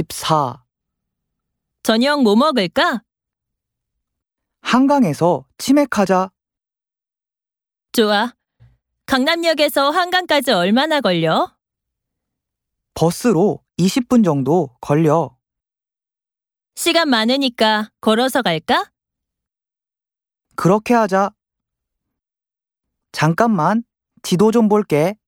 54. 저녁 뭐 먹을까? 한강에서 치맥하자. 좋아. 강남역에서 한강까지 얼마나 걸려? 버스로 20분 정도 걸려. 시간 많으니까 걸어서 갈까? 그렇게 하자. 잠깐만. 지도 좀 볼게.